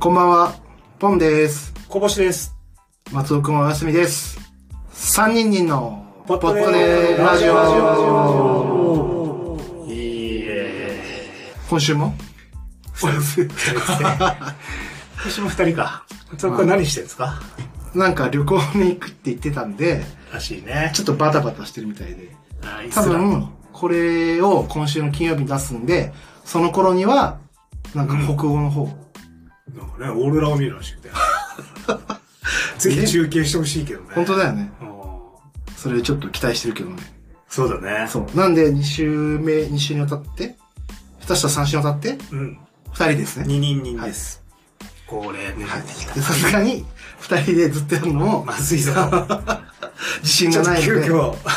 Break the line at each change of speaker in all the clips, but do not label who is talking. こんばんは、ポンです。
こぼしです。
松尾くんお休みです。三人人のポッド
ポッ
ネ
ドネ
ラ
ラ
ジ
ジ
オ
オ
今週も
私も二人か。そこ何してんですか
なんか旅行に行くって言ってたんで、
らしいね。
ちょっとバタバタしてるみたいで。
あいつ
多
らと
分、これを今週の金曜日に出すんで、その頃には、なんか北欧の方、
なんかね、オーロラを見るらしくて。 ぜひ中継してほしいけどね。
本当だよね。
うん
それちょっと期待してるけどね。
そうだね。
そう。なんで、2週目、2週にわたって、下手したら3週にわたって、
うん。
2人ですね。
二人人です。これ、ね、
はい。でさすがに、2人でずっとやるのも、
まずいぞ。
自信がないので、
ちょっと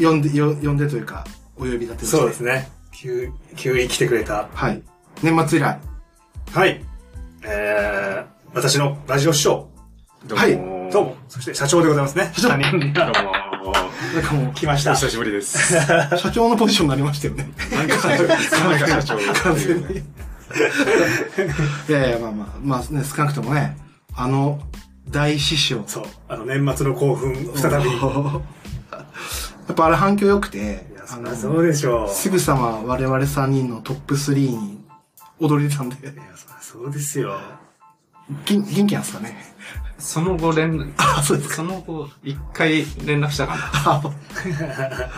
呼んで、よ呼んでというか、お呼び立てをして。
そうですね。急、急に来てくれた。
はい。年末以来。
はい。えー、私のラジオ師匠。
ど
はい
どうも。そして社長でございますね。
社長どうも
なんかも
来まし
お
た。
久しぶり です。
う、社長のポジションになりましたよね。
なんか社長、なんか社長。
完全に。いやいや、まあまあ、まあね、少なくともね、あの、大師匠。
そう。あの、年末の興奮、再び。
やっぱあれ反響良くて
いや、
あ
そりゃそ
の、
うでしょう。
すぐさま我々3人のトップ3に踊り出たんで、
いや、そりゃそうですよ。
元元気なんですかね。
その後連、
あ、そうですか。
その後、一回連絡したか
あ、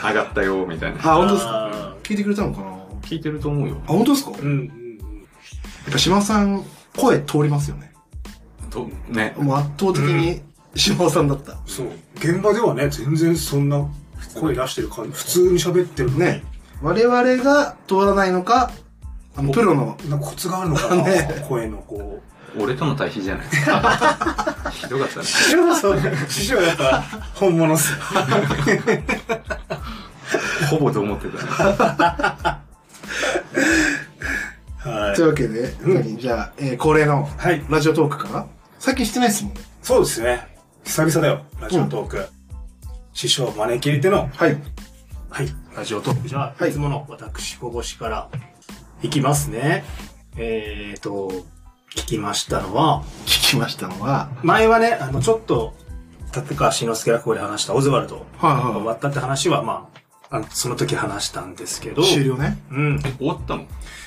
な。 上がったよ、みたいな。
あ本当ですか
あ
聞いてくれたのかなあ、
聞いてると思うよ。
本当ですかや
ーうんうん
っぱ島さん、声通りますよね。
と、ね。
もう圧倒的に島尾さんだった。
そう。現場ではね、全然そんな声出してる感じ。普通に喋ってるのに
ね。我々が通らないのか、あの、プロの、
なんかコツがあるのかな、
ね
声のこう。
俺との対比じゃ ない。ひどかったね。
師匠そう。師匠やっぱ本物っす。
ほぼと思ってたね。
は
というわけで、
うん
何じゃあ、えー恒例の
い。はい。
ラジオトークから最近してないですもんね。
そうですね。久々だよ、ラジオトーク。師匠を招き入れての、
はい。
はい。ラジオトーク。じゃあ、
はい
い、つもの私、こぼしから、いきますね。えーと、聞きましたのは、
聞きましたのは、
前はね、あの、ちょっと、立川志の輔がここで話したオズワルドが終わ
は
ったって話は、まあ、あのその時話したんですけ
い
ど、
はい。終了ね。
うん。
終わったの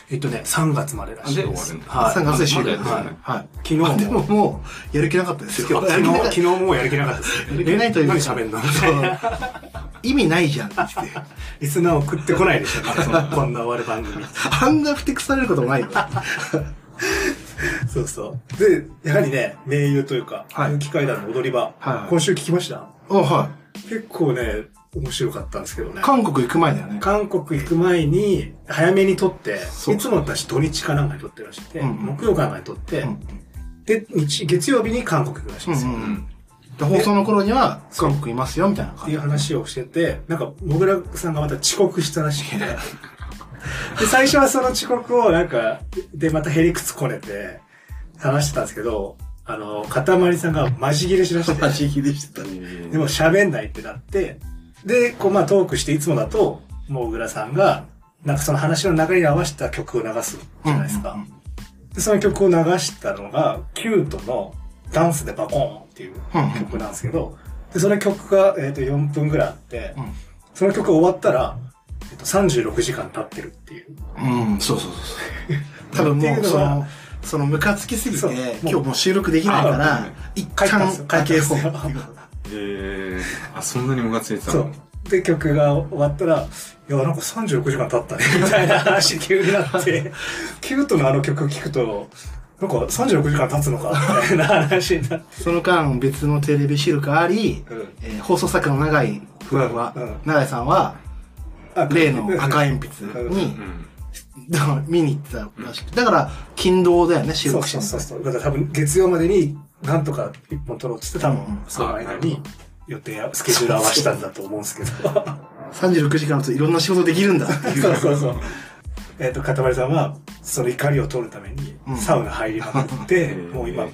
えっとね、3月までらしい
で、終
で
わ
す。
るんだ。
はい。
3月で終
まだ
了。
やって
は
た
い
ね。
はい。
昨日も
あでももう、やる気なかったですよ。
昨日、昨日もうやる気なかったですね。
やれないというか
何喋んの
そう意味ないじゃんって言って。
リスナーを食ってこないでしょ、そのこんな終わる番組。
あんなふてくされることも ないよ。
そうそう。で、やはりね、名優というか、
はい
空気階段の踊り場、
はい
今週聞きました
おは
結構ね、面白かったんですけどね
い。。韓国行く前だよね。
韓国行く前に、早めに撮って、
そう
いつも私土日かなんかに撮ってらしくて、
うん
木曜かなんかに撮って、
うん
で、日、月曜日に韓国行くらしいんですよ。
うんうん
うん。
で放送の頃には、韓国いますよ、みたいな
っ
感
て
じ。
いう話をしてて、なんか、もぐらさんがまた遅刻したら しくて。で、最初はその遅刻を、なんか、で、またへりくつこねて、話してたんですけど、あの、かたまりさんがマジ切れしだして。
切れしてた。
でも喋んないってなって、で、こうまあトークしていつもだと、もぐらさんが、なんかその話の流れに合わせた曲を流すじゃないですか。
うんうん
で、その曲を流したのが、キュートのダンスでバコーンっていう
うんうん
曲なんですけど、で、その曲が、えっ、と、4分ぐらいあって、
うん
その曲終わったら、えっと、36時間経ってるっていう。
うん、そうそうそうそう。多分も、
っていううの
その
は、
その、ムカつきすぎ
そう
て、
もう
今日もう収録できないか
あ
ら
ね、
一
帰ったん
旦
ですよ
会計を
帰ったん。
えー、あ、そんなにムカついてた
そ
の
う。で、曲が終わったら、いや、なんか36時間経ったね、 みたいな話急になって、キュートのあの曲聞くと、なんか36時間経つのか、みたいな話になって。
その間、別のテレビ収録あり、
うん
えー放送作家の永井ふわふわ
うん、
永井さんは、
あ
例の赤鉛筆
うん
に
う、ん。
だから見に行ってたらしくて。だから、勤労だよね、収
そう
録し
そうそう
た
そう。だから多分月曜までに、なんとか一本取ろうって言って、多
うん
分その間に予定やスケジュール合わせたんだと思うんですけど。
36時間だといろんな仕事できるんだっていう。
そうそうそう。えっと、かたまりさんは、その怒りを取るために
うん、
サウナ入りまくって、
うん
もう今、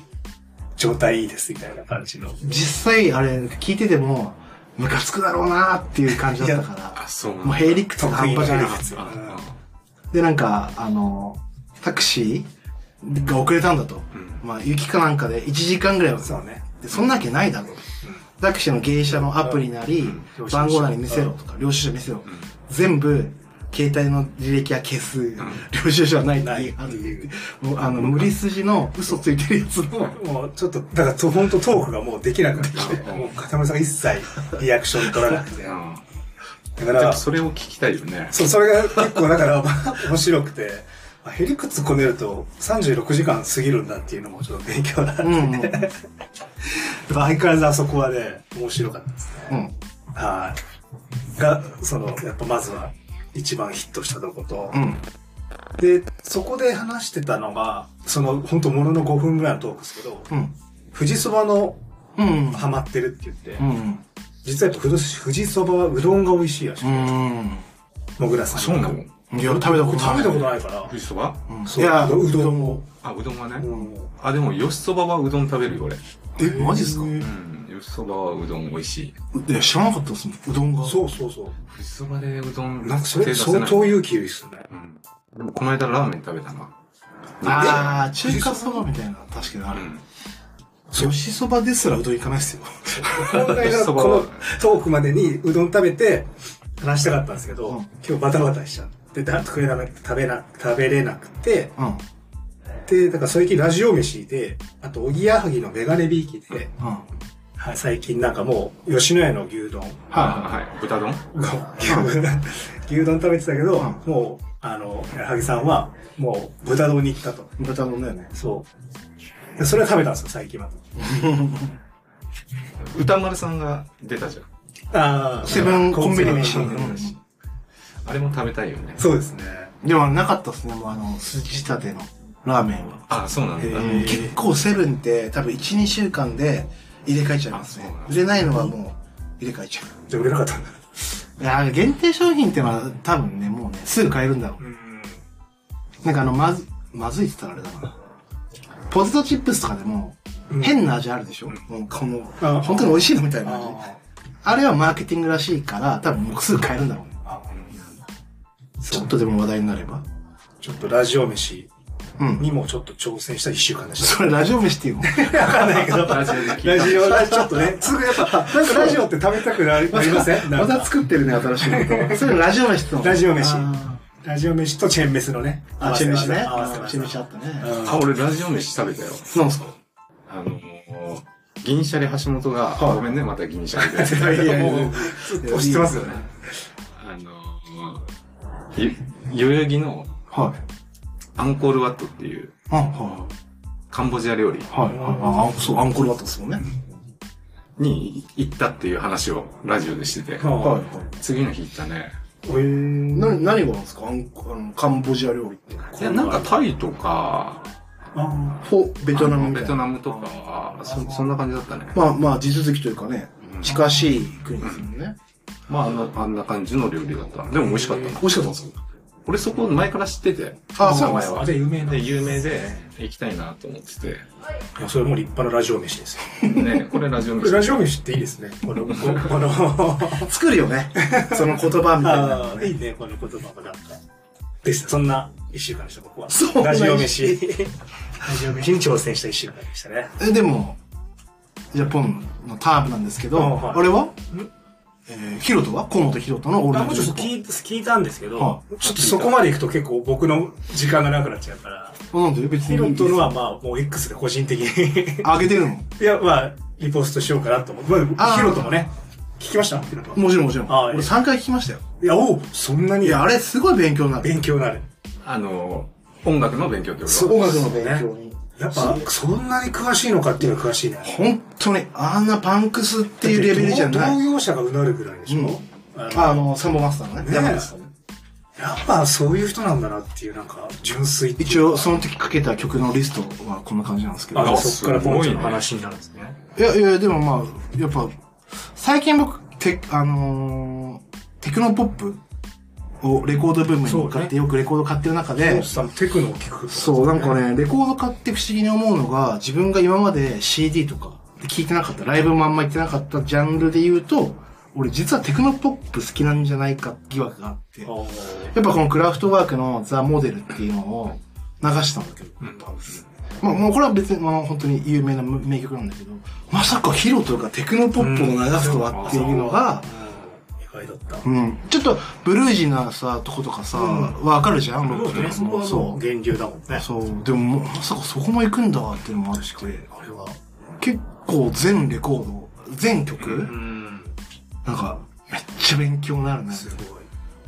状態いいです、みたいな感じの。
実際、あれ、聞いてても、ムカつくだろうなっていう感じだったか
あ、そう
ら、
なん
もう
だ。
ヘリクツが半端じゃなかっ
得意
た。
なやつ
あ
で、なんか、あの、タクシーが遅れたんだと。
うん
まあ、雪かなんかで1時間ぐらいは
そうね。
でそんなわけないだろう。タクシーの芸者のアプリなり、
うん
番号なり見せろとか、領収書見せろ。全部、携帯の履歴は消す。領収書はないっていう
ないっていう
もうあの、無理筋の嘘ついてるやつの、
もうちょっと、だからと、ほんとトークがもうできなくなってきて、もう片村さんが一切リアクション取らなくて。だか
でも
ら、
それを聞きたいよね。
そう、それが結構だから、まあ面白くて、あヘリクツこねると36時間過ぎるんだっていうのもちょっと勉強だな。
うん、うん、
相変わらずあそこはね、面白かったですね。
うん、
はい。が、その、やっぱまずは一番ヒットしたとこと、
うん、
で、そこで話してたのが、その、本当ものの5分ぐらいのトークですけど、
うん、
富士そばの
うん、
ハマってるって言って、
うん、
実はやっぱ富士富士そばはうどんが美味しいらしい。
うん。
もぐらさん。
そうなの
いや、食べたことない。
食べたことないから
富。士そば
うん
そう
いや、
うどん
うどんも。
あ、うどんは
う
ね。
ん
あ、でも、吉そばはうどん食べるよ、俺。
え、マジっすか
うん。吉そばはうどん美味しい。
いや、知らなかったっすもん、うどんが。
そうそうそう。
富士そばでうどん
なんかそれ相当勇気いるっすね。
うん。でも、この間ラーメン食べたな。
あー、中華そばみたいな、確かにあ
う
る。
ん。
吉そばですらうどんいかないっすよ。
本来はこのトークまでにうどん食べて話したかったんですけど、
うん
今日バタバタしちゃって、だ食えなくて食べな、食べれなくて、
うん、うん、
で、だから最近ラジオ飯で、あと、おぎやはぎのメガネビーキで、
は
はい最近なんかもう、吉野家の牛丼、
いは
はいはい。豚丼
牛丼食べてたけど、
う
もう、あの、矢作さんは、もう、豚丼に行ったと。
い。豚丼だよね。
そう。でそれは食べたんですよ、最近ま
歌丸さんが出たじゃん。
た。ああ、
セブンコンビニ飯
コンビニ
うん
あれも食べたいよね。
そうですね。
でもなかったっすね、もうあの、筋立てのラーメンは。
あ、そうなんだ。
へー
結構セブンって多分1、2週間で入れ替えちゃいます
あ
ね
そうなん。だ
売れないのはもう入れ替えちゃ
じゃあ売れなかったんだ。
う。いやー、限定商品ってのは多分ね、もうね、すぐ買えるんだろ
うん。
う。なんかあの、まず、まずいって言ったらあれだな。ポテトチップスとかでも、
うん
変な味あるでしょ、もうこの、
あ
本当に美味しいのみたいな味。
あ
あれはマーケティングらしいから、多分もうすぐ買えるんだろうね。ちょっとでも話題になれば。
ちょっとラジオ飯
うん。
にもちょっと挑戦した一週間でし
それラジオ飯っていうの
た。わかんないけど。ラ
ラ
ジ
ジオ
オ、
で聞い
ラ
た。
ジオ、ちょっとね、すぐやっぱ、なんかラジオって食べたくなりなりませんな
ま
んか
た作ってるね、新しい こと。それラジオ飯っての
ラジオ飯
あ
ラジオ飯とチェーン飯のね。
ー、あチェミシね。
合わせ
あ
ま
チ
し
ェ
た
ミシあったね。
あ、俺ラジオ飯食べたよ。
なんすか
あのー、銀シャリ橋本が、
はい
ごめんね、また銀シャリで。
いや いやいや
もうずっと知ってますよね。
あのー、ゆ、代々木の
はい。
アンコールワットっていう
あ、は
カンボジア料理
い。はい。はい。あ、そう、アンコールワットですもんね。
に行ったっていう話をラジオでしてて、
は
は
次の日行ったね。
い。えー
い。な、何がなんですかアンコあの、カンボジア料理って。
いや、なんかタイとか、
あ
フォ、ベトナムみた
ベ
い
ト
な。
ナムとか、そそんな感じだったね。
まあまあ、地続きというかね、近しい国ですもんね。
まあ、あんな、あんな感じの料理だった。でも美味しかったな。
美味しかったんですか
俺そこ前から知ってて、
あ、
名
そうなんで
前
す
ー
は
あ、。じゃあ有名な。
で、
い
有名で行きたいなと思ってて。
やそれもう立派なラジオ飯ですよ。
ね、これラジオ
これラ
飯。
ジオ飯っていいですね。この、ここの、
作るよね。 その言葉みたいなの
ああ、
ね。
いいね、この言葉がなんか。でした。そんな一週間でした、僕は。
そんな
ラ
一週
ジオ飯。 ラジオ飯に挑戦した一週間でしたね。
え、でも、ジャポンのターブなんですけど、
あはい
あれはえー、ヒロトは河本ヒロトのオールナ
あ
イ
もう
ト
ち
ニ
ょ
ッ
っと
ポン
聞い聞いたんですけど、
は
ちょっとそこまで行くと結構僕の時間がなくなっちゃうから、
あなんで別に
ヒ
いい
ロ
です。。
トのはまあもう X で個人的に
あげてるの
いや、まあ、リポストしようかなと思って。ま
あ
あ、
ー
ヒロトもね、聞きましたヒロトは。
もちろんもちろん。
あ
俺3回聞きましたよ。
いや、おうそんないに
や、あれすごい勉強になる。
勉強になる。
あの、音楽の勉強ってこと
そう
音楽の勉強に。
やっぱ、そんなに詳しいのかっていうのは詳しいね。
本当に、あんなパンクスっていうレベルじゃ
だって
ない。
同業者がうなるぐらいでしょ、
うん
あの
あの、サンボマスターのね、
ねえ
山口さんね。
やっぱそういう人なんだなっていう、なんか、純粋っていうか
一応、その時かけた曲のリストはこんな感じなんですけど。
あ
あ
そっからポンチョ
すごい
の
ね
話になるんですね。
いやいや、でもまあ、やっぱ、最近僕、テク、あのーテクノポップをレコードブームに向かっ
そう
てよくレコード買ってる中
ポ
で
ンチ、さんテクノを聞く。
そう、なんか。ね、レコード買って不思議に思うのが、自分が今まで CD とかで聞いてなかった、ライブもあんま行ってなかったジャンルで言うと、俺実はテクノポップ好きなんじゃないか疑惑があって、やっぱこのクラフトワークのザ・モデルっていうのを、流したんだけど、
うん
まあ、もうこれは別に、まあ、本当に有名な名曲なんだけど、まさかヒロトがテクノポップを流すとはっていうのが、
意外だった。
うん、ちょっとブルージーなさ、とことかさ、
う
わかるじゃん、ロッ
そう
クと
ね、
か
そこ
も。
はも
そうう。
源流だもんね。
そう。でももう、まさかそこも行くんだわっていうのもあって、
あれは。
結構全レコード、全曲、
ん。
なんか、めっちゃ勉強になるね。
すごい。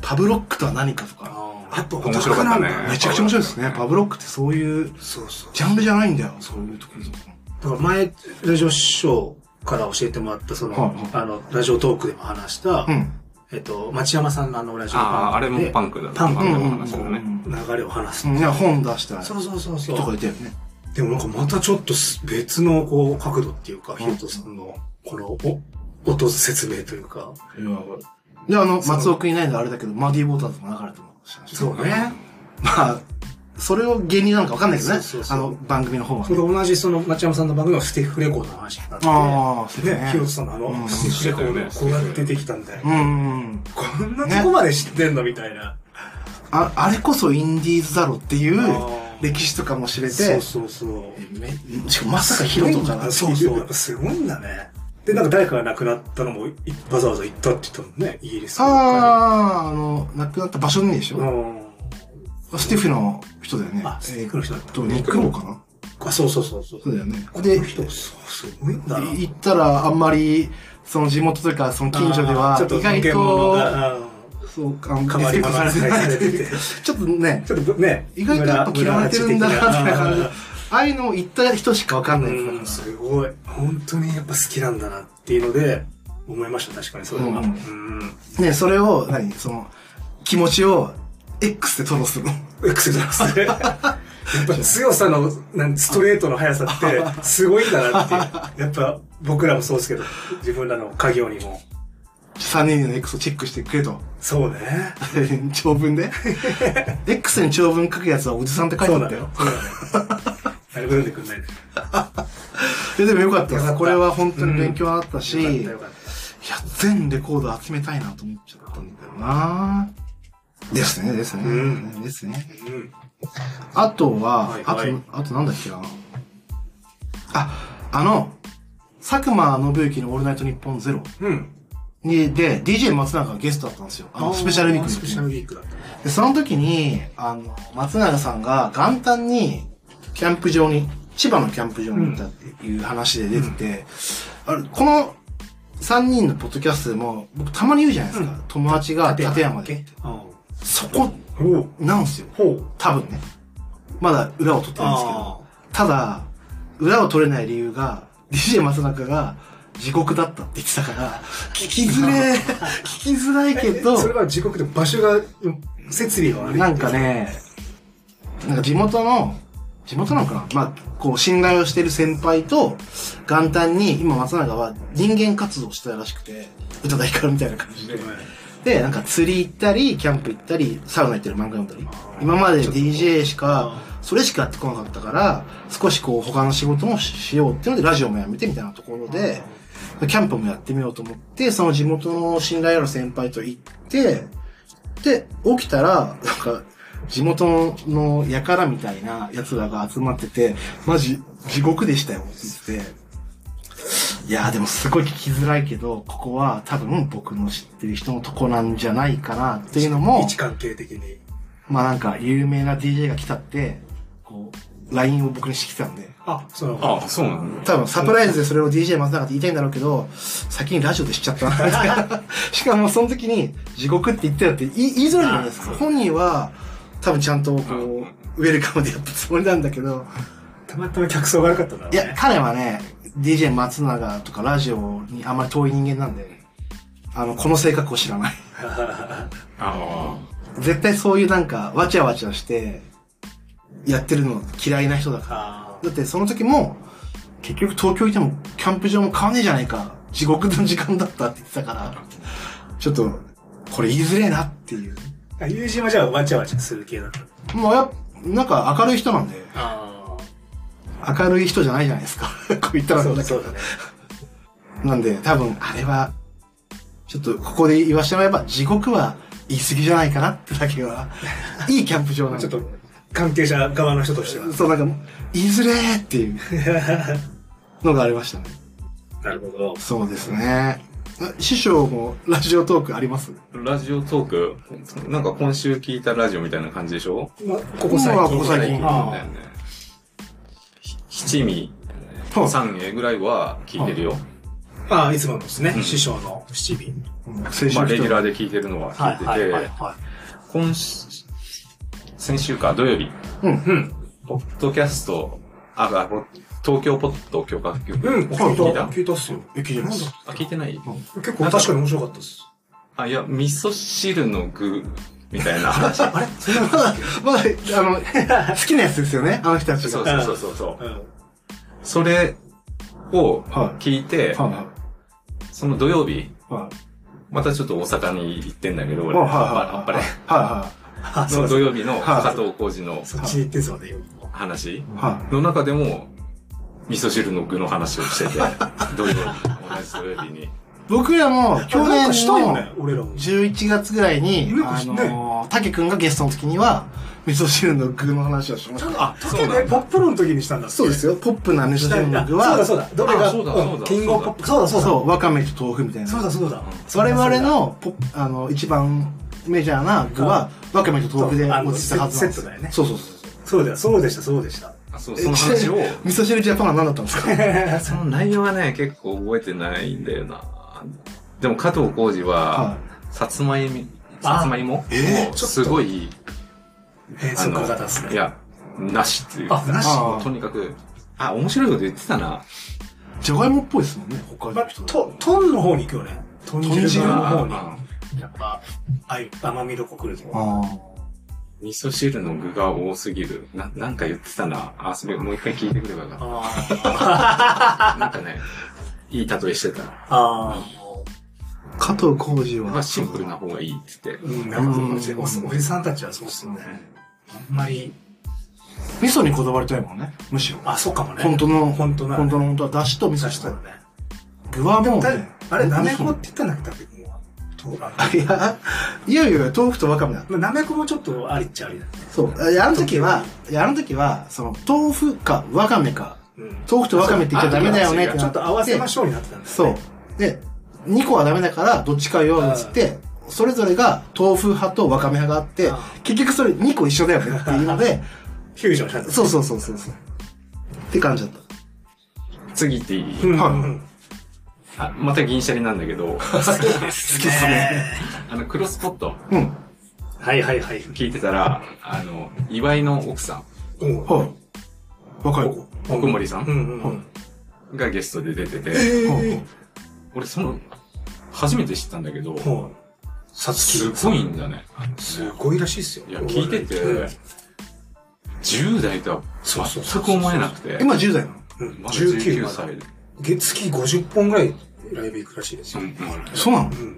パブロックとは何かとか、
あ
やっぱ
面白か
オタク
ったね
なんだめちゃくちゃ面白いですね。パブロックってそういう、
そうそう。
ジャンルじゃないんだよ、そういうところとか。
だから前、ラジオ師匠から教えてもらった、その、
はいはい
あの、ラジオトークでも話した、
うん。
えっと、町山さんのあのラジオ
ああ、あれもパン
ク
クだね。
パンク
うん
パン
うんうん
クの話だね。
で流れを話す。
うん。いや、本出した
そうそうそうそ
とか
う。
言ったよね。
でもなんかまたちょっとす別のこう角度っていうか、ヒロトさんのこのお音説明というか。
いや、で、あの、
そう
松尾くんいないのあれだけど、マディーボーターズも流れてもらったし
そうね。
まあ、それを芸人なのかわかんないけどね
そうそう。そう
あの、番組の方は
それ
ね。
と同じその町山さんの番組のスティッフレコードの話になって。
ああ、そう
ね、ヒロト
ね。
さんのあ
う
の
ん
スティッフレコードこうやって出てきたんだよ。
うんうん。
こんなとこまで知ってんのみたいな。
あ、あれこそインディーズだろっていう
あー
歴史とかも知れ
そう
て、
そうそう。
めしかもまさかヒロトかなってい
そうそう。やっぱすごいんだね。で、なんか誰かが亡くなったのもいわざわざ行ったって言ったもんね、イギリスとか
ああ、あの、亡くなった場所にでし
に。う
ょ
ん。
スティフの人だよね。
あ、スティックの人だっ
えーと、ニックローかな
た。あ、そうそうそうそう。
そうだよね。
で、
で、
人、そう、すごいんだな。
行ったらあんまり、その地元というか、その近所では
あーちょっ、と
意外
建物
と、
が、うん
そう、あの、
変わり者
されて
扱い
な
され
い
てて
ちょっとね、
ちょっとね、
意外とやっぱ嫌われてるんだな、みたいな感じ。ああいうのを行った人しかわかんないやつだか
う
ら
ん、すごい。本当にやっぱ好きなんだなっていうので、思いました、確かに、それは。
う
うんん。
ねそれを、何その、気持ちを、X でトロするの。
エクセルラス で。やっぱ強さの、なんストレートの速さって、すごいんだなっていう。やっぱ、僕らもそうですけど、自分らの家業にも。
3人の X をチェックしてくれと。
そうね。
長文 で X に長文書くやつはおじさんって書いて
そ
あ
う
っ
な
た
の
よ
よ。。そうなのよ。あれ、読んでくんないで。
いやでもよかったで
よか
す。
った
これは本当に勉強になったし、
よかっ
い
た
や
よ、かった。
全レコード集めたいなと思っちゃったんだよなですね、ですね、
うん
ですね。
うん。
あとは、
はい
あ
はい
と、あとなんだっけな。あ、あの、佐久間信之のオールナイトニッポンゼロ
うん。
に、で、DJ 松永がゲストだったんですよ。あの、スペシャルウィークの
スペシャルウ
時
ィークだったね。
で、その時に、あの、松永さんが元旦に、キャンプ場に、千葉のキャンプ場に行ったっていう話で出てて、あれ、この3人のポッドキャストでも、僕たまに言うじゃないですか。
うん
友達が立山
だっ
で
け。ほ
そこ、
う。
なんですよ。
ほう。
多分ね。まだ裏を取ってないんですけど。ただ、裏を取れない理由が、DJ 松中が地獄だったって言ってたから、聞きづれえ、聞きづらいけど、
それは時刻で場所が、設備が悪い。
なんか。ね、なんか地元の、地元なのかなまあ、こう、信頼をしてる先輩と、元旦に、今松永は人間活動してたらしくて、宇多田ヒカルみたいな感じで。で、なんか釣り行ったり、キャンプ行ったり、サウナ行ったり、漫画読んだり。今まで DJ しか、それしかやってこなかったから、少しこう他の仕事もししようっていうので、ラジオもやめてみたいなところで、キャンプもやってみようと思って、その地元の信頼ある先輩と行って、で、起きたら、なんか、地元のやからみたいな奴らが集まってて、マジ地獄でしたよって言って、いやーでもすごい聞きづらいけど、ここは多分僕の知ってる人のとこなんじゃないかなっていうの
位
も
置、関係的に。
まあなんか有名な DJ が来たって、こう、LINE を僕にしてきたんで、
あ、そうなの
ああ、そうなの
多分サプライズでそれを DJ 松永って言いたいんだろうけど、先にラジオでしちゃったなみたいな。しかもその時に地獄って言ったよって言い言いづらいじゃないですか。本人は多分ちゃんとこ
うん
う、ウェルカムでやったつもりなんだけど、
たまたま客層が悪かったんだろう
い
ね。
や、彼はね、DJ 松永とかラジオにあんまり遠い人間なんで、あの、この性格を知らない。
あ
絶対そういうなんか、わちゃわちゃして、やってるの嫌いな人だから。
あ
だってその時も、結局東京行ってもキャンプ場も買わねえじゃないか。地獄の時間だったって言ってたから、ちょっと、これ言いづれえなっていう。
あ。友人はじゃあわちゃわちゃする系だった。
もうやっぱ、なんか明るい人なんで、
あ
明るい人じゃないじゃないですか。 こう言った
あ。
ら
そ
なん
う
だ
だ
けど
そうだね。
なんで、多分あれは、ちょっとここで言 わせてもらえば、地獄は言い過ぎじゃないかなってだけは、いいキャンプ場なん
ち
で。
ょっと、関係者側の人としては。
そう、なんか、いずれーって いうのがありましたね。
なるほど。
そうですね。あ師匠もラジオトークあります
ラジオトーク、なんか今週聞いたラジオみたいな感じでしょ
まあ、ここ最
まあ
近。
ここ最近
なんだよね。ひ七味、
はい
三栄ぐらいは聞いてるよ。
ああ、いつものですね、
うん
師匠の七味。
先
まあ、レギュ
ー。
ラーで聞いてるのは聞いてて、
は
今週、先週か、土曜日、
うん。
い。うん。
ポッドキャスト、あ、あポ東京ポッド許可局。
うん、
そう
聞
聞
い
い
た。
た
聞いたっすよ。
え、聞いてます。
あ、聞いてない
結構確かに面白かったっす。
あ、いや、味噌汁の具、みたいな話。
あれそんな
まだ、 まだ、あの、好きなやつですよね、あの人たち
そう
が。
そうそうそうそう。
うん。
それを
は
聞いて、
は
その土曜日、
い。はい。
またちょっと大阪に行ってんだけど、俺、
は
あ
い
っぱ
はい
あっぱれ。
は
あ、そう
の
そ
土
う。
曜日
は
の
い
加藤浩次の
そっちに行ってんすわね、よ
話
いはい。は
の中でも、味噌汁の具の話を してて、土曜日、同じ土曜日に。
い。僕らも、去年
なんかしたよ
の
ね、俺らも。
11月ぐらいに、
なんか
あ
し
のー、たけくんがゲストの時には、味噌汁の具の話をしました。
あ、
だけどね、ポップロの時にしたんだっけ
そうですよ。ポップな味噌
した
汁
ん
の
だ。そ
具
う
は、
だそうだ。どれが、
あそうだそうだ
んキングオブポップ。そうだそうだ。
そう、わかめと豆腐みたいな。
そうだそうだ。
我々のポップあの一番メジャーな具は、わかめと豆腐で
そうあの
落ちてたはずなんです
セットだよね
そうそうそうそう。
そうだ、そうでした、そうで した。
あそう、その話を
え、味噌汁ジャパンは何だったんですか
その内容はね、結構覚えてないんだよな。でも加藤浩次
は
は、さつまいも、
あ
さつまいも
えー
をすごい、
えー、そっからだったんす
い
ね。
や、なしっていう。
あ、なし。
あ
とにかく、あ、面白いこと言ってたな。
じゃがいもっぽいですもんね、北海道
ま
の人。
と、トンの方に行くよね。トン
豚
汁
汁
の
の
方
方
に。
あ
やっぱ、あい、甘みどこ来るぞ。
あ
味噌汁の具が多すぎる。な、なんか言ってたな。あ、それもう一回聞いてくればよかったなんかね、いい例えしてた。
あーあ
あ。加藤浩次
ま
は。
あ、シンプルな方がいいって言っ
ー。
て。
うん、やっぱおじ、おじおじさんたちはそうっすよね。あんまり、
味噌にこだわりたいもんね、むしろ。
あ、そうかもね。
本当の、
本当な。
本当の本当は、だしと味噌
だ
し
した
た
よ。ね。
具はもう
だ
ね。
あれ、なめこって言ったんだっけ、たけども。とあ
いや、いやいや、豆腐とわかめだ。
まあなめこもちょっとありっちゃありだね。
そう。いやあの時は、いやあの時は、その、豆腐かわかめか、
うん。
豆腐とわかめって言っちゃダメだよねって
ちょ
な
ってと合わせましょうになってたんだよね。
そう。で、2個はダメだから、どっちかよ、つって、それぞれが豆腐派とわかめ派があって
ああ、
結局それ2個一緒だよねっていうので、
フュージョンしたんだ
そう
う。
そうそうそうそう。って感じだった。
次行っていい、
うん
はい
うん。
あまた銀シャリなんだけ
好き
ど、
です。好きですね。
あの、クロスポット
うん。
はいはいはい。
聞いてたら、あの、岩井の奥さん、
うん
はい。若い子。
奥森さ
うんんうん。
がゲストで出てて、
え
俺その、初めて知ったんだけど、
もう、さつ
す
き。
ごいんだね。
すごいらしいっすよ。
いや、聞いてて
うん、
10代と
そう
は
そうそう
全く思えなくて、
今10代なの
うん
まだ
19
19
歳
歳で。
月50本ぐらいライブ行くらしいですよ。
うん
そうなの
うん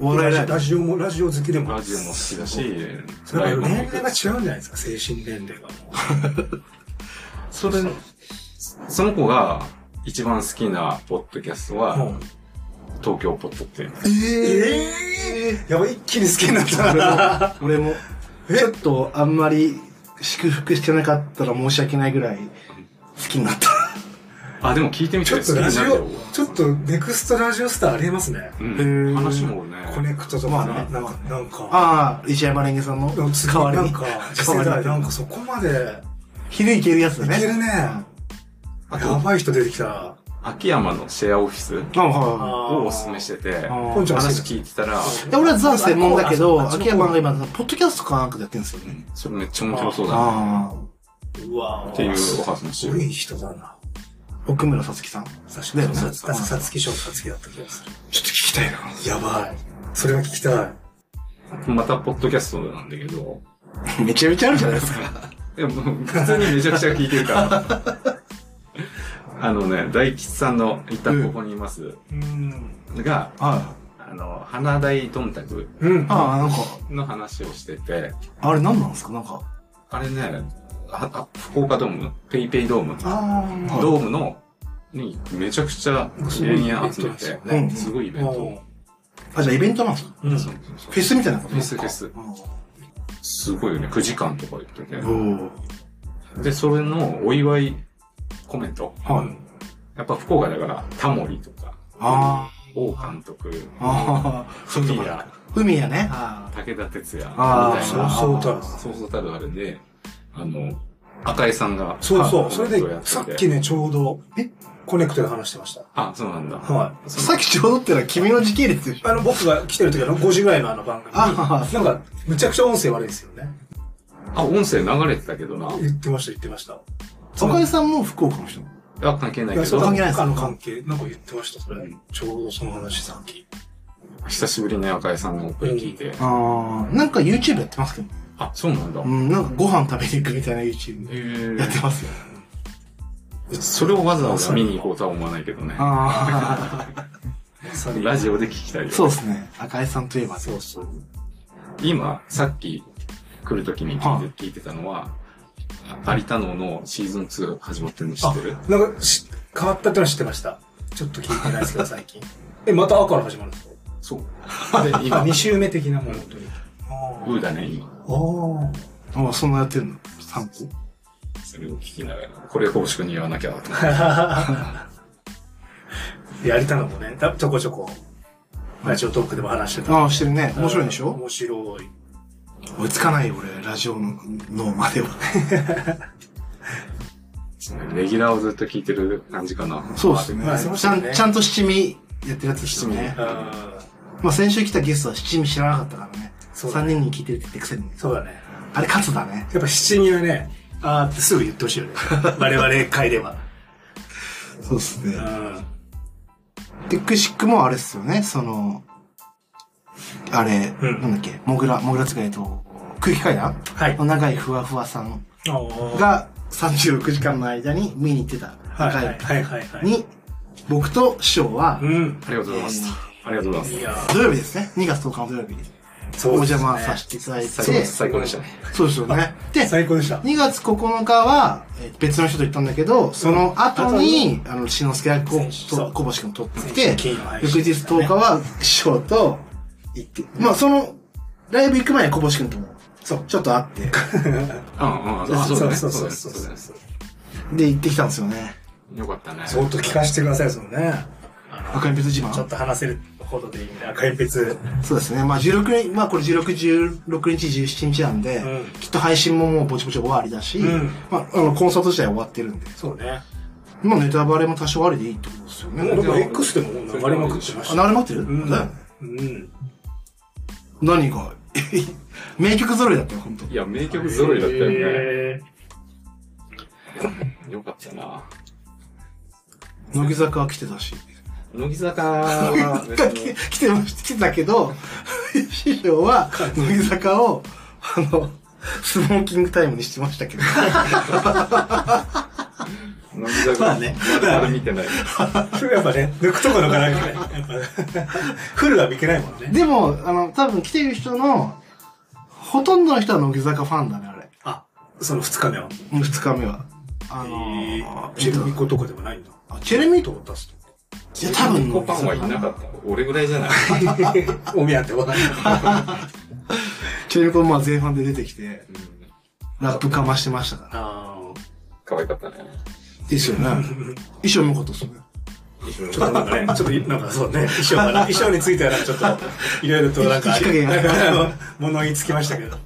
お笑いライブ
ラジオも、ラジオ好きでも。
ラジオも好きだし、
それ
ライ
年
ブも
齢が違うんじゃないですか、精神年齢が。
それ、その子が一番好きなポッドキャストは、
もう
東京ポッドっていう。
え
ええやばい、一気に好きになった な。
俺も、ちょっとあんまり祝福してなかったら申し訳ないぐらい好きにな った。
あ、でも聞いてみて
ちょっとラジ
好きになる
オ
よ、
ちょっとネクストラジオスターありえますね。
うん
へー
話もね、
コネクトと
ま
か
あ
ね、
ね
なんか、なんか、
ああ、石山レンゲさんの
でも次
代わり
なん
に
か。、
代
次世
わり
代、
に
なんかそこまで、
昼いけるやつだ
い
ね。
けるね。
あ
や
と、
ばい人出てきたら、
秋山のシェアオフィス
あ、はいは
をおすすめしてて、
い。
ポンちゃん
話聞いてたら、
で俺はザ専門だけど、
あそう
秋山が今、ポッドキャストかなんかでやってるんですよね。
それめっちゃ面白そうだね。
あ
うわ
っていうお
す
話を
ごい人だな。
あ。奥村さつきさん。ちょっ
さしさ
ね
さささつき賞、さつきだった気がす
と
る。
聞きたいな。
やばい。それは聞きたい。
またポッドキャストなんだけど、
めちゃめちゃあるじゃないですか。
でも普通にめちゃくちゃ聞いてるから。 あのね、大吉さんの一旦ここにいます
うん。
が、
は
あの、花大どんたく
うん。
い。ああ、なんか、
の話をしてて、
あれ何なんですかなんか。
あれね、ああ福岡ドーム、ペイペイドーム、
あ
はい
ドームの、にめちゃくちゃ芸人集めて、
うんうん
すごいイベントを。
あ、じゃあイベントなんですか
うん。
そうそうそう
フェスみたいなこと
フェスフェス
うん
すごいよね。9時間とか言ってて。
お
で、それのお祝いコメント。
はい。
やっぱ福岡だから、タモリとか、
あ
王監督、
あ。ああ。
フミヤ、
海やね。あ
武田鉄矢、み
あ
たい
そう
な、
そうたる。
そうそうたるあれで、あの、赤江さんが、
そうそう。
あ
それ
コメントをや
で、
てて
さっきね、ちょうど、
え
コネクトで話してました。
あ、そうなんだ。
は
あ。さっきちょうどってのは君の時系列でし
い。
ょ。
あの、僕が来てる時の5時ぐらいのあの番組に、
あ
なんか、むちゃくちゃ音声悪いですよね。
あ、音声流れてたけどな。
言ってました、言ってました。
あ。岡井さんも福岡の人。
あ、関係ない
い
け
やそう
関
ど、
係ないです
あの関係、なんか言ってました、それ。
うん
ちょうどその話さっき。
久しぶりに赤江さんの声聞いて、
ああ。なんか YouTube やってますけど。
あ、そうなんだ
う。ん、なんかご飯食べに行くみたいな YouTube
えー
やってますよ。
それをわざわざ見に行こうとは思わないけどね。
あ
さに
ラジオで聞きたい
あ。
よ。
そうですね。赤井さんといえば。
そうそう。
今、さっき来るときに聞いて,、
は
聞いてたのは、あ有田能のシーズン2始まってるの知
あ
ってる、
なんかし、変わったってのは知ってました。ちょっと聞いてないですけど、最近。え、また赤から始まるんですか
そう。 で、今、
あ、
ウ
2週目的なもの、本当に。
ーだね、今。
ああ。
ああ、そんなやってるの ?3 個
それを聞きながら、これ、報酬に言わなきゃなと思っ て。
やりたのもね、たちょこちょこ、ラジオトークでも話してた。
ああ、してるね。面白いでしょ
面白い。
追いつかないよ、俺。ラジオののまでは。
レギュラーをずっと聞いてる感じかな。
そうですね
まあその。
ち
人
ゃ
ね
ん、ちゃんと七味やってるやつですよね。
うん。
まあ先週来たゲストは七味知らなかったからね。
そう
3人に聞いてるって言ってくせに。
そうだね。
あれ勝つだね。
やっぱ七人はね、あーってすぐ言ってほしいよ ね。我々会では。
そうですね
うん。
で、くしくもあれっすよね、その、あれ、
うん
なんだっけ、モグラ、モグラつかえと、空気階段
はい
の長いふわふわさん
が、
が36時間の間に見に行ってた
は
長
いはいいはいはいはい。
に、僕と師匠は
う、ん。
ありがとうございます。ありがとうござい
い
ま
やー
土曜日ですね、2月10日の土曜日に
そ
お
です
邪
ね
魔させていただいて、
す。最高です。最高でしたね。
そうですよね。で、
最高でした。
2月9日は、えー別の人と行ったんだけど、その後に、あの、しのすけがこ
選手そう
と小星君とってきて
選手、金を配
翌
信
日
したね
10日は、師匠と行って、まあその、ライブ行く前に小星君とも、
そう。
ちょっと会 って、
うんうん。あ、そうだね。
そうそうそ
そ
うう
だね
そう
そうだね
で、行ってきたんですよね。
よかったね。
相当聞かせてください、そのね。
赤鉛筆自慢
ちょっと話せるほどでいいね。赤鉛筆。
そうですね。まあ16日、まあこれ16、16日、17日なんで、
うん
きっと配信ももうぼちぼち終わりだし、
うん
まああの、コンサート自体終わってるんで、
そうね。
まあネタバレも多少ありでいいってことですよね。
もうでも X でももう流れまくって
あ、
ました。
流れ待ってる、
うん
だよね。
うん。
何が 名曲揃いだったよ、本当
いや、名曲揃いだったよね。
へ
よかったな。
乃木坂来てたし。
乃木坂は別に、
来てました、来てたけど、師匠は乃木坂を、あの、スモーキングタイムにしてましたけど。
乃木坂は
まあね
まだ見てない。
ー やっぱね、抜くとこ抜かないからね。やっぱ フルはいけないもんね。
でも、あの、多分来てる人の、ほとんどの人は乃木坂ファンだね、あれ。
あ、その二日目は。
二日目は。あの、
チェルミ
えっ
コとかでもないんだ。
とあチェルミート
と思ったっす
いや、多分
コパンはいなかった。俺ぐらいじゃない。
お目当ては。
チェルミコまあ前半で出てきて、
うん
ラップかましてましたから。
あ
可愛かったね。
ですよね。衣装も良かったっすね。
ちょっ
ちょっとなんかね、 ちょっとなんかそうね、衣装 がな、衣装についてはなんかちょっと、いろいろとなんか、
火加減が
なんか 物言いつきましたけど。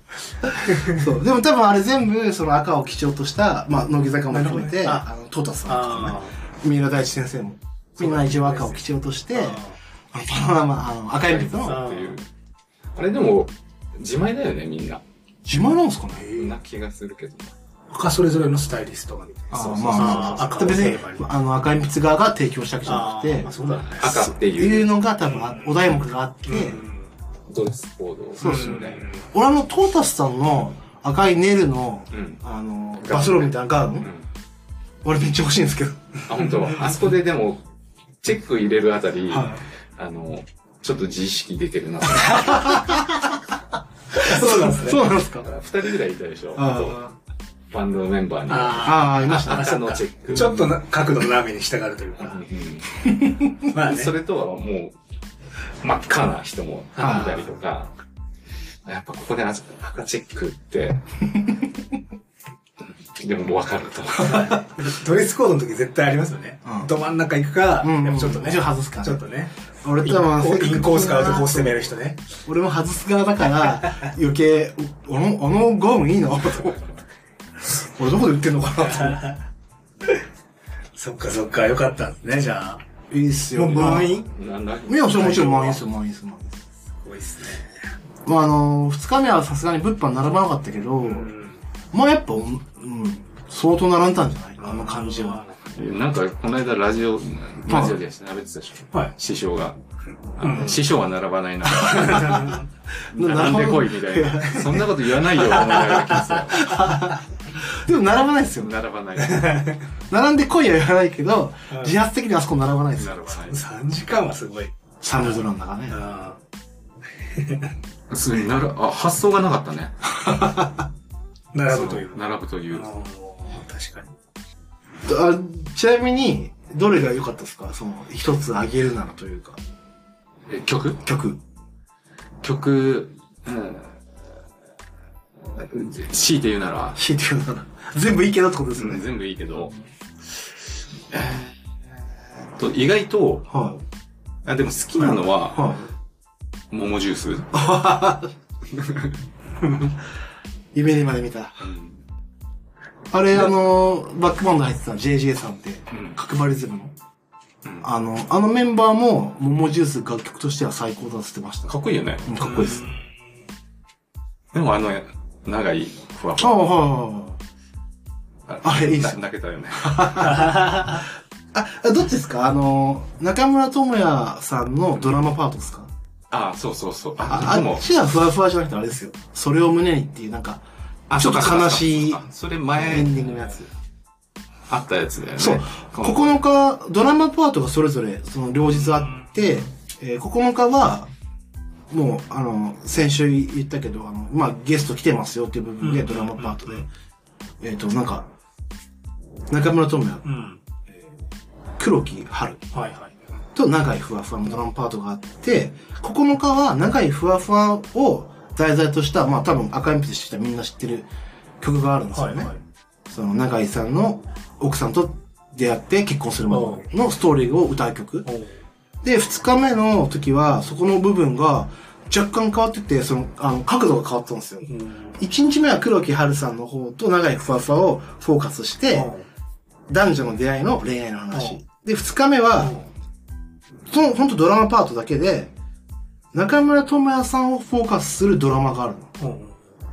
そう。でも多分あれ全部、その赤を基調とした、まあ、乃木坂も含めて、
なるほどね
あの、トータスさんとかね
あ、
三浦大知先生も、みんな一応赤を基調として、あの、パノラマ、あの、赤い鉛筆の、
っていう。あれでも、自前だよね、みんな。
自慢なんですかね
な気がするけど。
他それぞれのスタイリストがみたい
あ
な。
そう
ー
そうそう
まあまあ、
赤を
で別
テ
に
ーマに、
あの、赤い鉛筆側が提供したわけじゃなくて、
あそうだね。
赤って
ってい
いうう、
のが多分あ、お題目があって、
ドレスコード。
そうです
よ
よね。俺あの、トータスさんの赤いネルの、
うん。
あの、
ガウン
バスローみたいなガウン、
うん
俺めっちゃ欲しいんですけど。
あ、本当あそこででも、チェック入れるあたり、
は
あの、ちょっと自意識出てるな。
そうなんですね。
そうなんですか
二人ぐらいいたでしょ。
あー
あとバンドのメンバーに。
あ
ああ、いました。
赤のチェッ
あ。
ク。
ちょっとな角度の斜めに従うというか。
う
まあ
ん。
ね。
それとはもう、真っ赤な人もいたりとか、やっぱここで赤チェック って、でも分かると。
ドレスコードの時絶対ありますよね。
うん
ど真ん中行くか、
うんうん
やっぱちょっとね。
一応外すか
ちょっとね。
俺
イ
とはまあ
ンコースからアウトコース攻める人ね。
俺も外す側だから、余計、おあの、あのゴムいいなと思って。俺どこで売ってんのかなと思っ
そっかそっか、よかったんですね、じゃあ。
て。いいっす
も
よ。
う満員
なんだ
いや、それもちろん満員っすよ、満員っす、満員っす。
多いっすね。
まああの、二日目はさすがに物販並ばなかったけど、
うん。
まあやっぱ、うん、相当並んだんじゃないあの感じは。
なんか、この間ラジオ、ラジオで調べてたでしょ。
はい
師匠が。あ
うん
師匠は並 ばないな。並んで
並
こ
ば
いみたいな。そんなこと言わないよ、お前が聞い
でも並ばないっすよ
てた。並ばない。並
並んで来いは言わないけど、
うん
自発的にあそこ並ばないっす
ば
よ。
ない。
3時間はすごい。
30ドルなんだからね。
あ
すごい、なる、あ、発想がなかったね。
ー並ぶという。
並ぶとい
あ
う。
ー確かに。
あちなみに、どれが良かったですかその、一つあげるならというか、
え曲
曲。
曲、うん、強いて言うなら、
強いて言うなら。全部いいけどってことですよね。
全部いいけど、えーと意外と、
はい。
あでも好きなのは、
は
桃ジュース。
い。夢にまで見た。あれ、あの、バックバンド入ってた JJ さんって、
うん
角張りズムの
ん。
あの、あのメンバーも、桃ジュース楽曲としては最高だっつってました。
かっこいいよね。
うんかっこいいです。
でもあの、長い、ふわふ
ああ、
わ。
はいはいはい。あれいいっす
な泣けたよね。
あ、どっちですかあの、中村智也さんのドラマパートですか
あそうそうそう。あ、
あ、
で
あ
も
っ、ちはふわふわじゃなくてあれですよ。それを胸にっていう、なんか、
あ
ちょっと
そうか
悲しい
そうかそれ
エ
前、
ンディングのやつ。
あったやつだよね。
そう。9日、ドラマパートがそれぞれ、その両日あって、えー9日は、もう、あの、先週言ったけど、あの、まあ、ゲスト来てますよっていう部分で、
うん
ドラマパートで、えっ、と、なんか、中村智也、
うん。
黒木春
はいはい。
と長いふわふわのドラマパートがあって、9日は長いふわふわを題材とした、まあ、多分赤い鉛筆してきたみんな知ってる曲があるんですよね。
はいはい。
その永井さんの奥さんと出会って結婚するまでのストーリーを歌う曲
お。ー
で、2日目の時は、そこの部分が若干変わってて、その、あの、角度が変わったんですよ。
うん
1日目は黒木春さんの方と長井ふわふわをフォーカスして、男女の出会いの恋愛の
う
話
ん。
で、2日目は、その、ほんとドラマパートだけで、中村智也さんをフォーカスするドラマがあるの。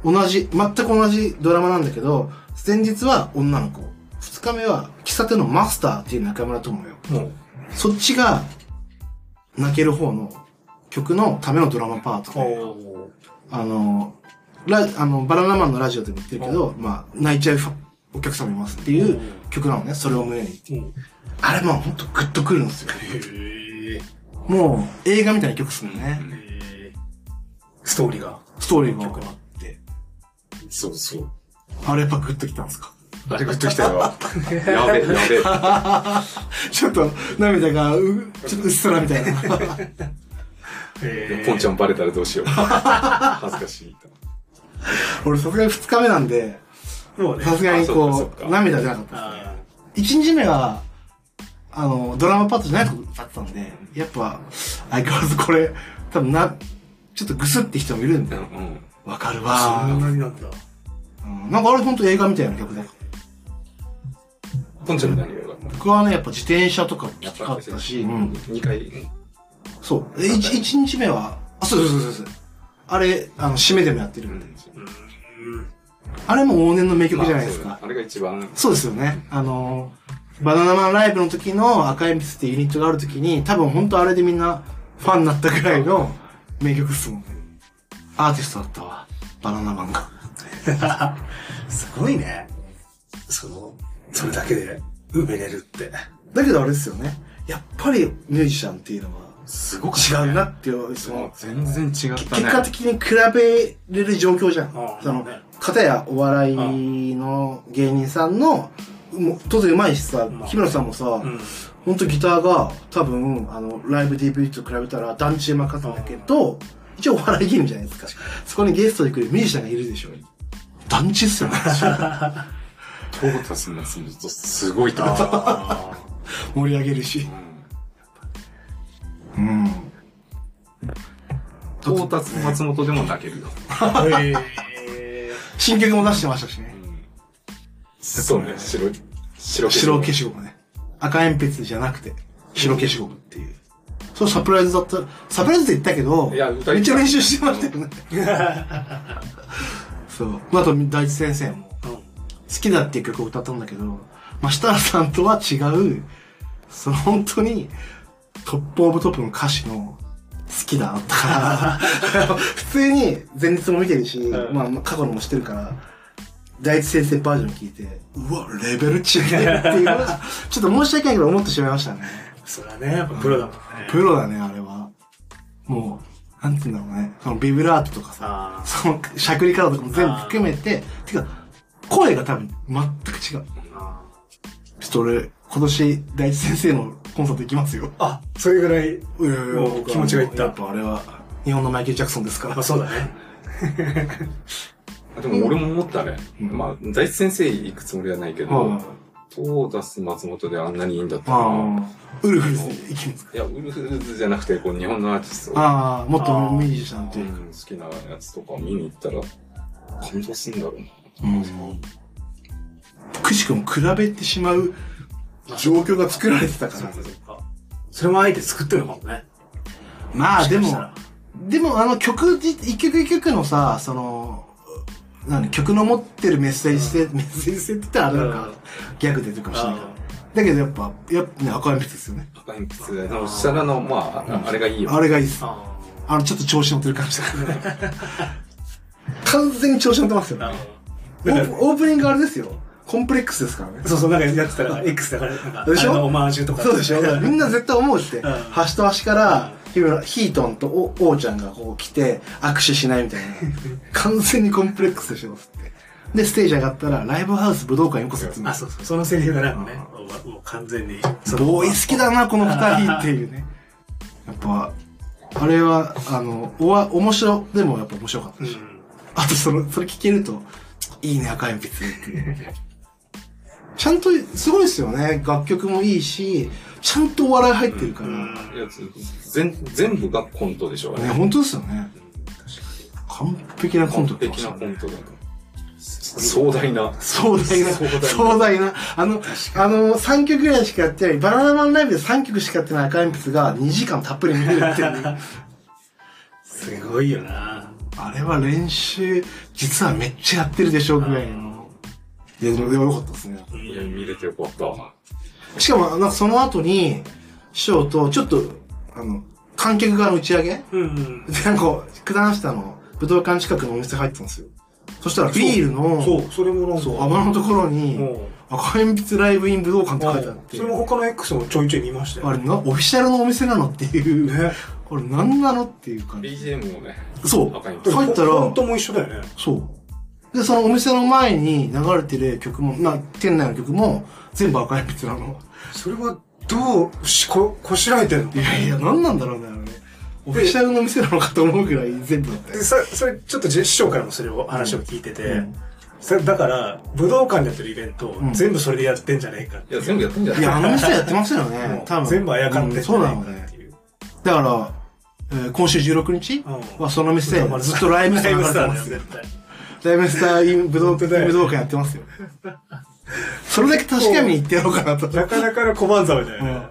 うん
同じ、全く同じドラマなんだけど、前日は女の子、二日目は喫茶店のマスターっていう中村智也。
うん
そっちが、泣ける方の曲のためのドラマパート
お
で、
ー
あの、ラあのバナナマンのラジオでも言ってるけど、まあ、泣いちゃうファお客さんもいますっていう曲なのね、それを胸に。
うん
あれもうほんとグッとくるんですよ。
へー
もう、映画みたいな曲っするね。
へーストーリーが。
ストーリーがあって。
そうそう。
あれやっぱグッときたんですか
あれグッときたよ。やべえ、やべえ。
ちょっと涙がう、ちょっとうっすらみたいな。
へー
ポンちゃんバレたらどうしよう。恥ずかしい。
俺さすがに2日目なんで、
そうね。
さすがに
あそっ
こ
かそっ
う、
か
涙出なかった
あ
ですね。1日目は、あの、ドラマパートじゃないとこだったんで、やっぱ、相変わらずこれ、多分な、ちょっとグスって人もいるん
う
で、
ん。
わかる
あ。そん
わ
なになんだ。
ー、うんなんかあれほんと映画みたいな曲で。
ポンちゃんみたいな色が。
僕はね、やっぱ自転車とかきつかったし、うん
2回。
そう。え、1, 日目は、あ、そうそうそうそうそう。あれ、あの、締めでもやってるんで。あれも往年の名曲じゃないですか。
まあそうだねあれが一番。
そうですよね。あのー、バナナマンライブの時の赤鉛筆っていうユニットがある時に、多分本当あれでみんなファンになったぐらいの名曲っすもんね。アーティストだったわ。バナナマンが。
うん。すごいね。その、それだけで埋めれるって。
だけどあれですよね。やっぱりミュージシャンっていうの
すご
は違うなっていう、そ
もう
の、
全然違ったね。
結果的に比べれる状況じゃん
あ。あ
その
ね、
片やお笑いの芸人さんの、もう当然上手いしさ
まあ、
日村さんもさ、
うん。
ほんとギターが多分あのライブ DV と比べたら団地で任せたけど、一応お笑いゲームじゃないですか。そこにゲストで来るミュージシャンがいるでしょ。団地っすよね。
トータスのやつもすごいと思った。
あ
盛り上げるし
う。ん
うん。
トータス松本でも泣けるよ。
ーへえ
新曲も出してましたしね。
そうね、白、白
白消しゴムね。赤鉛筆じゃなくて、白消しゴムっていう。そうサプライズだった。サプライズって言ったけど、
いや歌い
めっちゃ練習してました よね。そう。あと、大地先生も、
ー。
好きだっていう曲を歌ったんだけど、まあ、設楽さんとは違う、その本当に、トップオブトップの歌詞の、好きだった から、普通に前日も見てるし、
うん
まあまあ過去のも知ってるから、第一先生バージョン聞いて、うわ、レベル違えっていうの は、ちょっと申し訳ないけど思ってしまいましたね。
それはね、やっぱプロだもんね。
プロだね、あれは。もう、なんて言うんだろうね。そのビブラートとかさ、
あ
そのしゃくり方とかも全部含めて、てか、声が多分全く違う。
ーあ
ちょっと俺、今年、大地先生のコンサート行きますよ。
ー。あ、それぐらい。
う
もう気持ちがいった
やっぱあれは、日本のマイケル・ジャクソンですか
や
ら
っぱ。そうだね。
でも俺も思ったね。
うん
まあ、大地先生行くつもりはないけど、
はい
トータス松本であんなにいいんだったら、
ああ。ウルフルズ行きますか
いや、ウルフルズじゃなくて、こう、日本のアーティストを
ああ、もっとミュージシャンと
う
い
ん
うか。
好きなやつとかを見に行ったら、感動するんだろう
う
な。
んくしくも比べてしまう状況が作られてたか
そ
ら
うか。そうか。それもあえて作ってるのかもね。
まあで
もし
も
かした、ら
でもあの曲じ、一曲一曲のさ、その、何、曲の持ってるメッセージ性、メッセージ性って言ったらあれなん
う
か
ん、
ギャグ出てるかもしれないけど
あ。
だけどやっぱ、やっぱね、赤い鉛筆ですよね。
赤鉛筆の下らの、まああ、あれがいいよ。
あれがいいっす。
あ
あの、ちょっと調子乗ってる感じだ完全に調子乗ってますよ
ー。あ
ね。オ
ー。なん
ー
か
プオープニングあれですよ。コンプレックスですからね。
そうそう、なんかやってたら、X だから、なんか、
でしょ
あのオマージュとか。
そうでし ょだからみんな絶対思うって。
ん
端と端から、ヒートンとお王ちゃんがこう来て、握手しないみ たいな。完全にコンプレックスでしょっつって。で、ステージ上がったら、ライブハウス武道館ようこそっつって
あ、そうそう、そのセリフがなんかね、もうもう完全に。
ボーイ好きだな、この二人っていうね。やっぱ、あれは、あの、おわ、面白、でもやっぱ面白かった
う
し。
ん。
あと、その、それ聞けると、いいね、赤鉛筆っていう。ちゃんと、すごいですよね。楽曲もいいし、ちゃんとお笑い入ってるから。
うん
いやつ全全部がコントでしょ、あれ
ね、。本当ですよね。完璧なコント
完
って言って
璧
ま
な
した
コ
ね
ントだと。壮大な。
壮大な、壮大な。あの、あの、3曲ぐらいしかやってない、バナナマンライブで3曲しかやってない赤鉛筆が2時間たっぷり見れるっていう ね。
すごいよな。
あれは練習、実はめっちゃやってるでしょうぐらいの。いや、でも、でもよかったですね。
いや、見れてよかった。
しかも、なんかその後に、師匠と、ちょっと、あの、観客側の打ち上げ で、
うんうん。
なんか、九段下の武道館近くのお店入ってたんですよ。そしたらビールの、
そう、それもなんか。
そう、泡のところに、
も
赤鉛筆ライブイン武道館って書いてあっ
う、
て
それも他の X もちょいちょい見ましたよ。
あれなオフィシャルのお店なのっていう、
ね。
これ何なのっていう感じ
BGM をね、
そう
赤いの
入ったら
本当も一緒だよね。
そうでそのお店の前に流れてる曲もな店内の曲も全部赤鉛筆なの
それは、どうし、こ、こしらえてんの
いやいや何なんだろうねあれねオフィシャルのお店なのかと思うぐらい全部だった
で
よ
さ、それ、ちょっとじ師匠からもそれを話を聞いてて、
うん
それだから、武道館でやってるイベント、
ん
全部それでやってんじゃねえかって
いや、全部やったんじゃない
いやあの店やってますよ
も
ね
う
多分
全部あやかって
うんん
じゃ
そうな
ね
の
えか
ね
っていう。
だから、えー今週16日
うん
はその店ずっとライブスター
ライ
流
ブ
れて
スター
ま
だよ、
す
絶対。
ライブスターイン武道
本当だよ
武道館やってますよ。それだけ確かめに行ってやろうかな と。
なかなかの小判沢みたいな。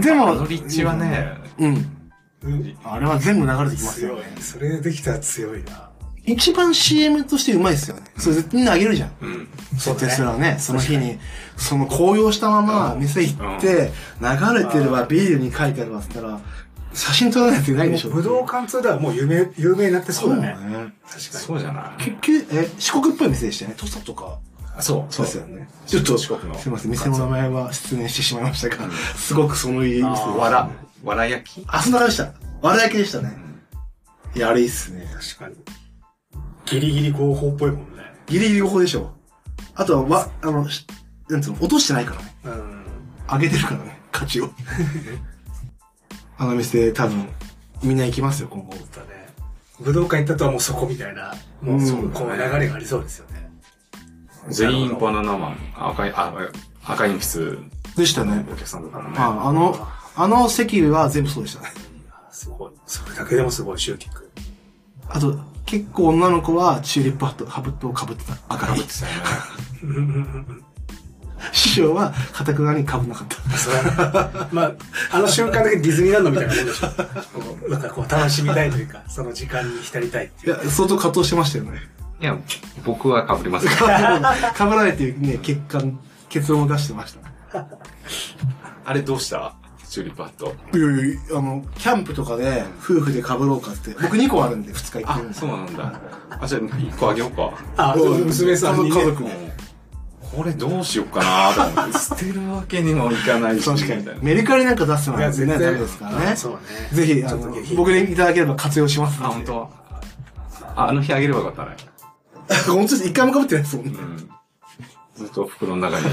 でも、
あの立地はね、
うん。
うん。
あれは全部流れてきますよ
強い
ね。。
それできたら強いな。
一番 CM としてうまいですよね。それ絶対みんなあげるじゃん。
うん。
そうですらね、その日に、その紅葉したまま店行って、流れてるわ、ビールに書いてあるわって言ったら、写真撮らないといけないでしょ。
武道館通ではもう有名、有名になってそうだね。
そうだね
確かに。
そうじゃない
結局、え、四国っぽい店でしたよね。土佐とか。
あそう、
そうですよね。ちょっと、
四国の
すいません、店の名前は失念してしまいましたが、すごくそのいい店です。
わら、わら焼き
あ、そんな感じでした。わら焼きでしたね。いや、あれいいっすね。
確かに。ギリギリ合法っぽいもんね。
ギリギリここでしょ。あとは、わ、あの、しなんつうの、落としてないからね。
うん。
上げてるから ね、価値を。あの店、多分、みんな行きますよ、今後。
だね。武道館行ったとはもうそこみたいな、もうそ
うん
こう流れがありそうですよね。
全員バナナマン、赤い、あ、赤鉛筆、
でしたね。
お客さんだからね。
ああの、あの席は全部そうでしたね。
すごい。それだけでもすごい、シューティング。
あと、結構女の子はチューリップハット、ハブットを被ってた。赤い
被っ。てたよね。
うんうんうん
師匠は、かたくなに被んなかった。
うんそれは まあ、あの瞬間だけディズニーランドみたいなもんで しょ。こうなんかこう、楽しみたいというか、その時間に浸りたいって
い
いう。
や、相当葛藤してましたよ ね。
いや、僕は被りますか
被
ら。
らないというね、結果、結論を出してました。
あれどうしたチューリップハット。
いやいや、あの、キャンプとかで、夫婦で被ろうかって、僕2個あるんで、2日行って
あ
るん、で。
そうなんだ。あ、じゃあ一個あげようか。
あ、でも娘さんに、ね。
家族
もう
に。
これどうしようかなと思って、捨てるわけにもいかないし、
確
み
か
たいな
に。メルカリなんか出すの
い
は
や、
全
全
然
然
ダメですからね。
そうね。
ぜひ、あ
ちょっと
の
ぜひ、
僕にいただければ活用します。
あ、本当ああの日あげればよかったね。
本当に一回も被ってないですもんね。
うん。ずっと袋の 中に。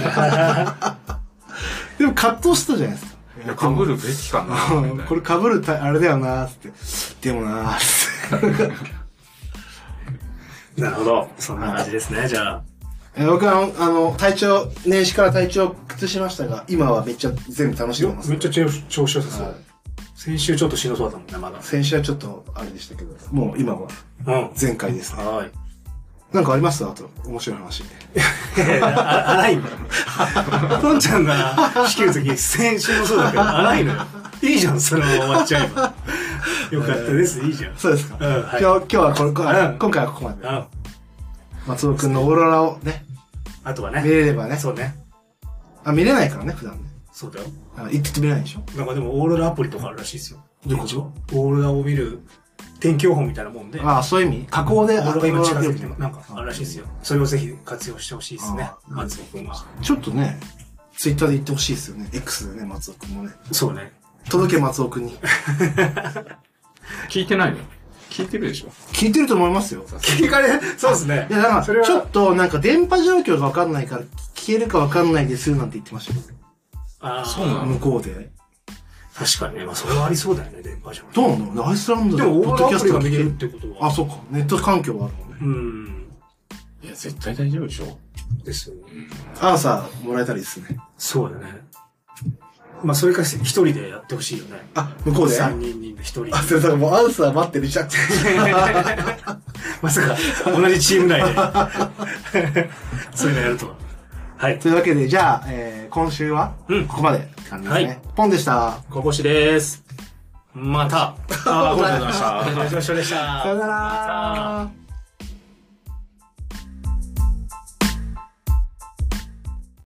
でも葛藤したじゃないですか。
いや、被るべきかなみたいな。
これ被るたあれだよなーつって。でもなーつって。
なるほど。そんな感じですね、じゃあ。
えー僕は、あの、体調、年始から体調を崩しましたが、今はめっちゃ全部楽しんでます。
めっちゃ調子調子良さそ。
はいう
先週ちょっとしんどそうだったもんね、
先週はちょっと、あれでしたけど、もう今は
まだ。うん。
全開ですね。
はい。
なんかありますあと、面白い話。
あ荒いの よ。とんちゃんが仕切るとき、先週もそうだけど、荒いのよ。いいじゃん、そのまま終わっちゃえば。よかったです、いいじゃん。
そうですか。
うんはい
今日、今日はこれ、こ
う
今
ん
回はここまで。
あ
松尾くんのオーロラをね、
あとは
見
ね。
れればね。
そうね。
あ、見れないからね、普段ね。
そうだよ。
あ行ってて見れないでしょ
なんかでも、オーロラアプリとかあるらしいですよ。
どういうこと
オーロラを見る天気予報みたいなもんで、オ
ああ、そういう意味加工で、
ーロラが今近づいて
あ
るなんかあるらしいですよ。それをぜひ活用してほしいですね
あ。ー
松尾くんは。
ちょっとね、ツイッターで言ってほしいですよね。X でね、松尾くんもね。
そうね。
届け松尾くんに。
聞いてないの聞いてるでしょ
聞いてると思いますよ。
聞かれ、そうですね。
いや、だか
それ
ら、
は
ちょっとなんか電波状況がわかんないから、聞けるかわかんないですなんて言ってましたよ。
あー
そうなの
向こうで。
確かにね。まあ、それはありそうだよね、電波上。
どうなんだろうねアイスランド
でも、
ポッド
オーロ
キ
ラ
ャ
ア
ス
プリ
ト
が
が
見
聞
れ
け
るっ
る
てことは。
あ、そうか。ネット環境はあるもんね。
うん。
いや、絶対大丈夫でしょ
ですよね。
アンサーもらえたらいいですね。
そうだね。まあ、それか一人でやってほしいよね。
あ、向こうで
三人に一人。
あ、それだからもうアンサー待ってるじゃ ん。
まさか、同じチーム内 で。そういうのやるとは。はい。
というわけで、じゃあ、えー、今週は、
うん
ここまでって感じですね。
はい
ポンでした。
小腰です。また。ああ、ごめんなさいました。お疲れ様でし
さ
た
よ。なら。